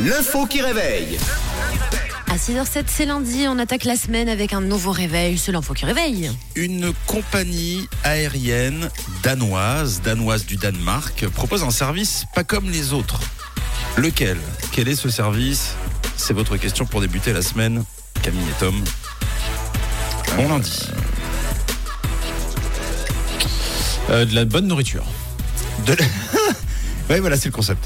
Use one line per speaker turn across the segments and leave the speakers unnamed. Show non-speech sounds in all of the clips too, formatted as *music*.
L'info qui réveille.
À 6h07, c'est lundi, on attaque la semaine avec un nouveau réveil, c'est l'info qui réveille.
Une compagnie aérienne danoise, danoise du Danemark, propose un service pas comme les autres. Lequel Quel est ce service C'est votre question pour débuter la semaine, Camille et Tom. Bon lundi.
Euh, de la bonne nourriture.
De la- *laughs* Ouais, voilà, c'est le concept.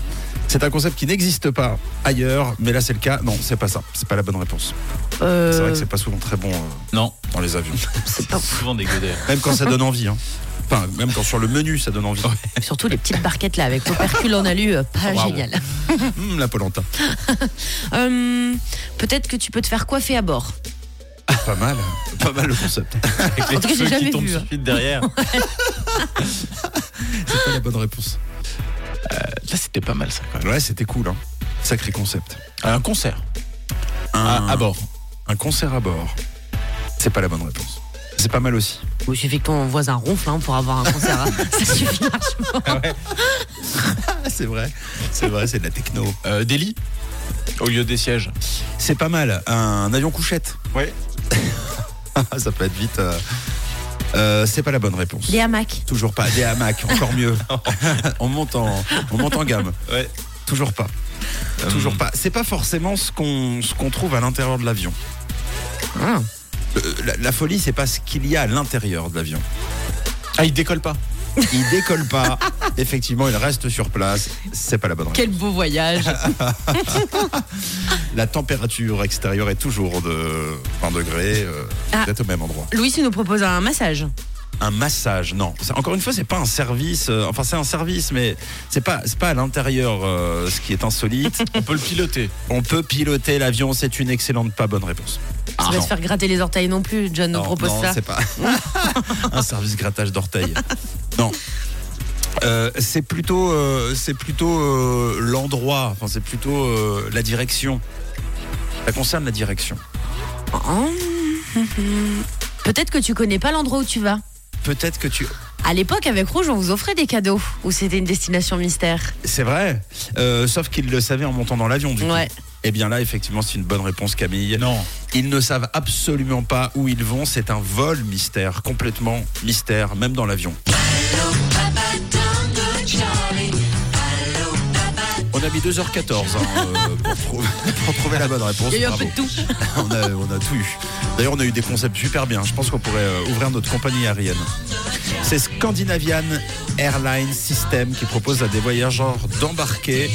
C'est un concept qui n'existe pas ailleurs, mais là c'est le cas. Non, c'est pas ça. C'est pas la bonne réponse. C'est
Euh.
vrai que c'est pas souvent très bon euh,
Non,
dans les avions.
c'est
Oh.
souvent des godères.
Même quand ça donne envie. hein. Enfin, même quand sur le menu ça donne envie.
Surtout les petites barquettes là avec opercule en alu, euh, pas
Waouh.
génial.
Hum, la polenta.
Euh, Peut-être que tu peux te faire coiffer à bord.
Pas mal. hein. Pas mal le concept.
Avec les
En tout cas, j'ai
feux
jamais
qui tombent
vu, hein.
sur
*laughs*
vite derrière. Là,
C'est pas la bonne réponse.
c'était pas mal ça quand
Ouais, c'était cool. Hein. Sacré concept.
Un concert
Un,
à, à bord.
un concert à bord. C'est pas la bonne réponse. C'est pas mal aussi.
Bon, Il suffit que ton voisin ronfle hein, pour avoir un
*laughs*
concert. hein. Ça suffit largement.
Ah, c'est vrai. C'est vrai, c'est de la techno.
Euh, des lits au lieu des sièges.
C'est pas mal. Un avion couchette.
Ouais.
*laughs* Ça peut être vite. euh, euh, c'est pas la bonne réponse.
Des hamacs.
Toujours pas. Des hamacs, encore mieux. on, monte en, on monte en gamme.
Ouais.
Toujours pas. Toujours pas. C'est pas forcément ce qu'on ce qu'on trouve à l'intérieur de l'avion.
Ah.
Euh, la, la folie, c'est pas ce qu'il y a à l'intérieur de l'avion.
Ah, il décolle pas.
Il décolle
*laughs*
pas. Effectivement, il reste sur place. C'est pas la bonne réponse.
Quel beau voyage.
La température extérieure est toujours de 20 degrés. euh,
Ah.
Vous êtes au même endroit.
Louis, il nous propose un massage.
Un massage, non. C'est- Encore une fois, c'est pas un service. euh, enfin, c'est un service, mais c'est pas c'est pas à l'intérieur euh, ce qui est insolite.
On peut le piloter.
On peut piloter l'avion. C'est une excellente, pas bonne réponse.
Ça va
Ah, non.
se faire gratter les orteils non plus, John nous
Non,
propose
non,
ça.
c'est pas *laughs* un service grattage d'orteil. Non. Euh, c'est plutôt, euh, c'est plutôt euh, l'endroit, enfin, c'est plutôt euh, la direction. Ça concerne la direction.
Oh. *laughs* Peut-être que tu connais pas l'endroit où tu vas.
Peut-être que tu.
À l'époque, avec Rouge, on vous offrait des cadeaux ou c'était une destination mystère.
C'est vrai, euh, sauf qu'ils le savaient en montant dans l'avion, du coup.
Ouais.
Eh bien là, effectivement, c'est une bonne réponse, Camille.
Non.
Ils ne savent absolument pas où ils vont. C'est un vol mystère, complètement mystère, même dans l'avion. On a mis 2h14 hein, euh, pour, trou- *laughs* pour trouver la bonne réponse.
Il y a eu un
Bravo.
peu de tout.
*laughs* on, a, on a tout eu. D'ailleurs, on a eu des concepts super bien. Je pense qu'on pourrait euh, ouvrir notre compagnie aérienne. C'est Scandinavian Airlines System qui propose à des voyageurs d'embarquer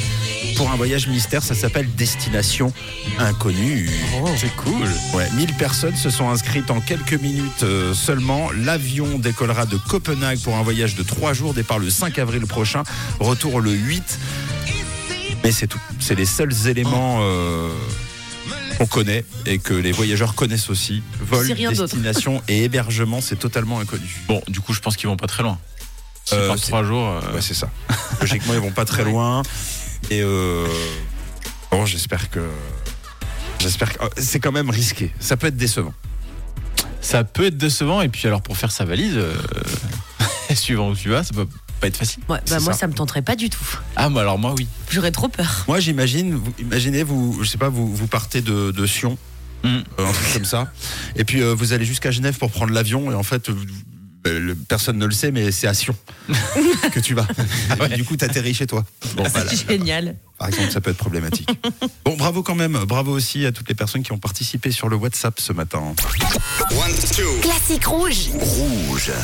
pour un voyage mystère. Ça s'appelle Destination Inconnue. C'est cool. Ouais, 1000 personnes se sont inscrites en quelques minutes euh, seulement. L'avion décollera de Copenhague pour un voyage de 3 jours, départ le 5 avril prochain, retour le 8. Mais c'est tout. C'est les seuls éléments. euh, on connaît et que les voyageurs connaissent aussi. Vol,
C'est rien d'autre.
destination et hébergement, c'est totalement inconnu.
Bon, du coup, je pense qu'ils vont pas très loin. S'ils
Euh,
partent
c'est-
trois jours. euh,
Ouais, c'est ça. Logiquement, ils vont pas très loin. Et euh... bon, j'espère que. J'espère que. oh, C'est quand même risqué. Ça peut être décevant.
Ça peut être décevant. Et puis, alors, pour faire sa valise, euh, *laughs* suivant où tu vas, ça peut pas être facile.
Ouais, bah
C'est
moi,
ça.
ça. me tenterait pas du tout.
Ah, moi, alors, moi, oui.
J'aurais trop peur.
Moi, j'imagine, vous, imaginez, vous, je sais pas, vous, vous partez de, de Sion,
Mm.
euh, un truc comme ça, et puis euh, vous allez jusqu'à Genève pour prendre l'avion, et en fait, vous- euh, le- personne ne le sait, mais c'est à Sion que tu vas. Et Du coup, t'atterris chez toi. Bon, voilà.
*laughs* Ah, C'est génial.
Par exemple, ça peut être problématique. bon, bravo quand même. Bravo aussi à toutes les personnes qui ont participé sur le WhatsApp ce matin.
One, two.
Classique rouge.
Rouge.